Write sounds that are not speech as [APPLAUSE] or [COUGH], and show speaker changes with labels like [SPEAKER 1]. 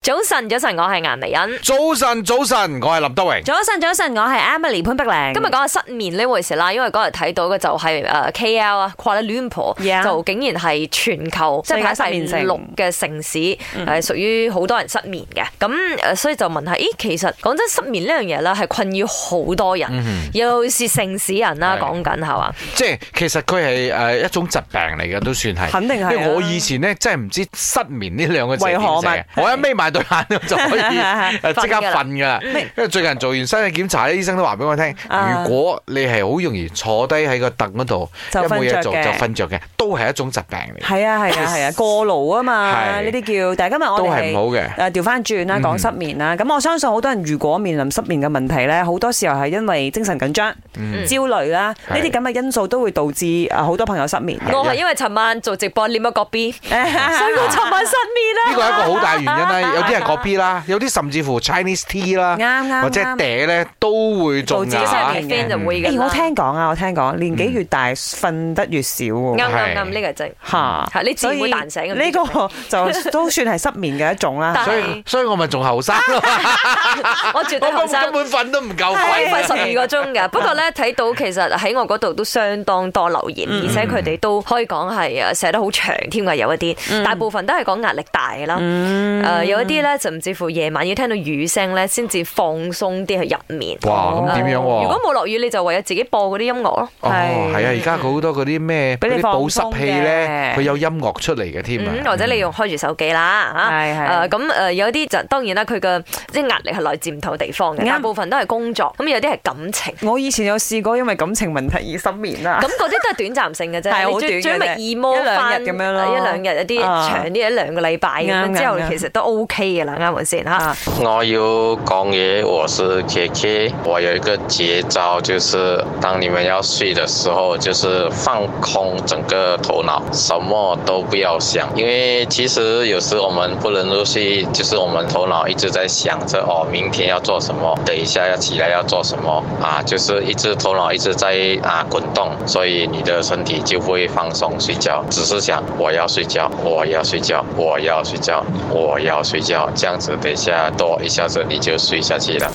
[SPEAKER 1] 早晨，早晨，我係顏美欣。
[SPEAKER 2] 早晨，早晨，我係林德榮。
[SPEAKER 3] 早晨，早晨，我係 Emily 潘碧玲。
[SPEAKER 1] 今日講下失眠呢回事啦，因為嗰日睇到嘅就係誒 KL 啊，Kuala Lumpur
[SPEAKER 3] Yeah
[SPEAKER 1] 就竟然係全球即係排
[SPEAKER 3] 世界失
[SPEAKER 1] 第
[SPEAKER 3] 眠城嗯
[SPEAKER 1] 六嘅城市，係屬於好多人失眠嘅。咁誒，所以就問下，咦，其實講真，失眠呢樣嘢咧係困擾好多人，
[SPEAKER 3] 嗯
[SPEAKER 1] 尤其是城市人啦，
[SPEAKER 2] 係
[SPEAKER 1] 講緊係嘛，
[SPEAKER 2] 即係其實佢係誒一種疾病嚟嘅，都算係。
[SPEAKER 3] 肯定係啊
[SPEAKER 2] 因為我以前咧真係唔知失眠呢兩個字係點
[SPEAKER 3] 為何物啊
[SPEAKER 2] 寫我一眯埋對眼就可以
[SPEAKER 3] [LAUGHS]
[SPEAKER 2] 呃即刻
[SPEAKER 1] 瞓㗎啦
[SPEAKER 2] 瞓㗎啦。因為最近做完身體檢查咧，醫生都話俾我聽，
[SPEAKER 3] 啊
[SPEAKER 2] 如果你係好容易坐低喺個凳嗰度，一
[SPEAKER 3] 就
[SPEAKER 2] 冇
[SPEAKER 3] 瞓
[SPEAKER 2] 嘢
[SPEAKER 3] 着
[SPEAKER 2] 做
[SPEAKER 3] 嘅
[SPEAKER 2] 就瞓着嘅，都係一種疾病嚟嘅，
[SPEAKER 3] 係啊係啊
[SPEAKER 2] [LAUGHS]
[SPEAKER 3] 係啊，過勞啊嘛，
[SPEAKER 2] 係
[SPEAKER 3] 呢啲叫。但係今日我
[SPEAKER 2] 都
[SPEAKER 3] 哋
[SPEAKER 2] 係唔好嘅。
[SPEAKER 3] 誒調翻轉啦，講失眠啦，咁、我相信好多人如果面臨失眠嘅問題咧，好多時候係因為精神緊張、
[SPEAKER 2] 嗯
[SPEAKER 3] 焦慮啦，呢
[SPEAKER 2] 係
[SPEAKER 3] 啲咁嘅因素都會導致誒好多朋友失眠。
[SPEAKER 2] 係
[SPEAKER 1] 我係因為尋晚做直播念咗個 B，所
[SPEAKER 3] [LAUGHS]
[SPEAKER 1] 以我尋晚失眠啦。
[SPEAKER 2] 呢個係一個好大原因啦，有啲係嗰 B 啦，有啲甚至乎 Chinese tea 啦，
[SPEAKER 3] 啱啱
[SPEAKER 2] 或者
[SPEAKER 3] 啱
[SPEAKER 2] 嗲咧都會中
[SPEAKER 3] 導致
[SPEAKER 1] 自己
[SPEAKER 3] 失
[SPEAKER 1] 真係
[SPEAKER 2] 㗎
[SPEAKER 3] 眠。
[SPEAKER 1] 未 friend 就會嘅
[SPEAKER 3] 誒、
[SPEAKER 1] 啦。
[SPEAKER 3] 我聽講啊，我聽講年紀越大瞓、得越少喎。
[SPEAKER 1] 啱啱
[SPEAKER 2] 係
[SPEAKER 1] 啱呢個
[SPEAKER 3] [LAUGHS]
[SPEAKER 1] 真。
[SPEAKER 3] 嚇
[SPEAKER 1] 係你自然會
[SPEAKER 3] 所以
[SPEAKER 1] 彈醒嘅
[SPEAKER 3] 呢個就都算係失眠嘅一種 [LAUGHS] 啦。
[SPEAKER 1] 但
[SPEAKER 2] 所以所以我咪仲後生
[SPEAKER 1] [LAUGHS]
[SPEAKER 2] 咯，
[SPEAKER 1] 我絕對
[SPEAKER 2] 我
[SPEAKER 1] 啊後生，
[SPEAKER 2] 根本瞓都唔夠
[SPEAKER 1] 我可以
[SPEAKER 2] 瞓。
[SPEAKER 1] 瞓十二個鐘
[SPEAKER 2] [LAUGHS]
[SPEAKER 1] 㗎。不過咧，睇到其實喺我嗰度都相當多留言，
[SPEAKER 2] 嗯
[SPEAKER 1] 而且佢哋都可以講係誒寫得好長添㗎，有一
[SPEAKER 2] 嗯
[SPEAKER 1] 啲大部分都係講壓力大啦。誒有一啲咧，甚至乎夜晚要聽到雨聲咧，先至放鬆啲去入眠。呃
[SPEAKER 2] 哇，咁哦點樣喎？
[SPEAKER 1] 如果冇落雨，你就唯有自己播嗰啲音樂咯。
[SPEAKER 2] 哦，
[SPEAKER 3] 係
[SPEAKER 2] 係啊，而家好多嗰啲咩
[SPEAKER 3] 俾你
[SPEAKER 2] 嗰啲保
[SPEAKER 3] 放
[SPEAKER 2] 濕
[SPEAKER 3] 鬆
[SPEAKER 2] 器咧，
[SPEAKER 3] 嘅
[SPEAKER 2] 佢有音樂出嚟嘅添啊
[SPEAKER 1] 嗯，。或者你用開住手機啦
[SPEAKER 3] 係
[SPEAKER 1] 嚇，誒
[SPEAKER 3] 係
[SPEAKER 1] 咁誒有啲就當然啦，佢嘅即係壓力係來自唔同地方嘅，
[SPEAKER 3] 啱
[SPEAKER 1] 大部分都係工作，咁有啲係感情。
[SPEAKER 3] 我以前有試過因為感情問題而失眠啊啦。
[SPEAKER 1] 咁嗰啲都係短暫性嘅啫，
[SPEAKER 3] [LAUGHS] 係
[SPEAKER 1] 你
[SPEAKER 3] 好
[SPEAKER 1] 最
[SPEAKER 3] 短
[SPEAKER 1] 最
[SPEAKER 3] 嘅
[SPEAKER 1] 咪
[SPEAKER 3] 啫
[SPEAKER 1] 二魔翻
[SPEAKER 3] 一兩日咁樣咯
[SPEAKER 1] 一兩日有啲
[SPEAKER 3] 啊
[SPEAKER 1] 長啲一兩個禮拜咁
[SPEAKER 3] 啱
[SPEAKER 1] 樣
[SPEAKER 3] 啱
[SPEAKER 1] 之後，
[SPEAKER 3] 啱
[SPEAKER 1] 其實都 OK 嘅啦，啱唔啱先嚇
[SPEAKER 3] 啊？
[SPEAKER 4] 我要講嘢，我是 KK，我有一個絕招，就是當你們要睡的時候，就是放空整個頭腦，什麼都不要想，因為其實有時我們不能入睡，就是我們頭腦一直在想着哦，明天要做什麼，等一下要起來要做什麼啊，就是一直頭腦一直在啊滾動，所以你的身體就不會放鬆睡覺，只是想我要睡觉，我要睡觉，我要睡觉，我要睡觉，这样子等一下多一下子你就睡下去了。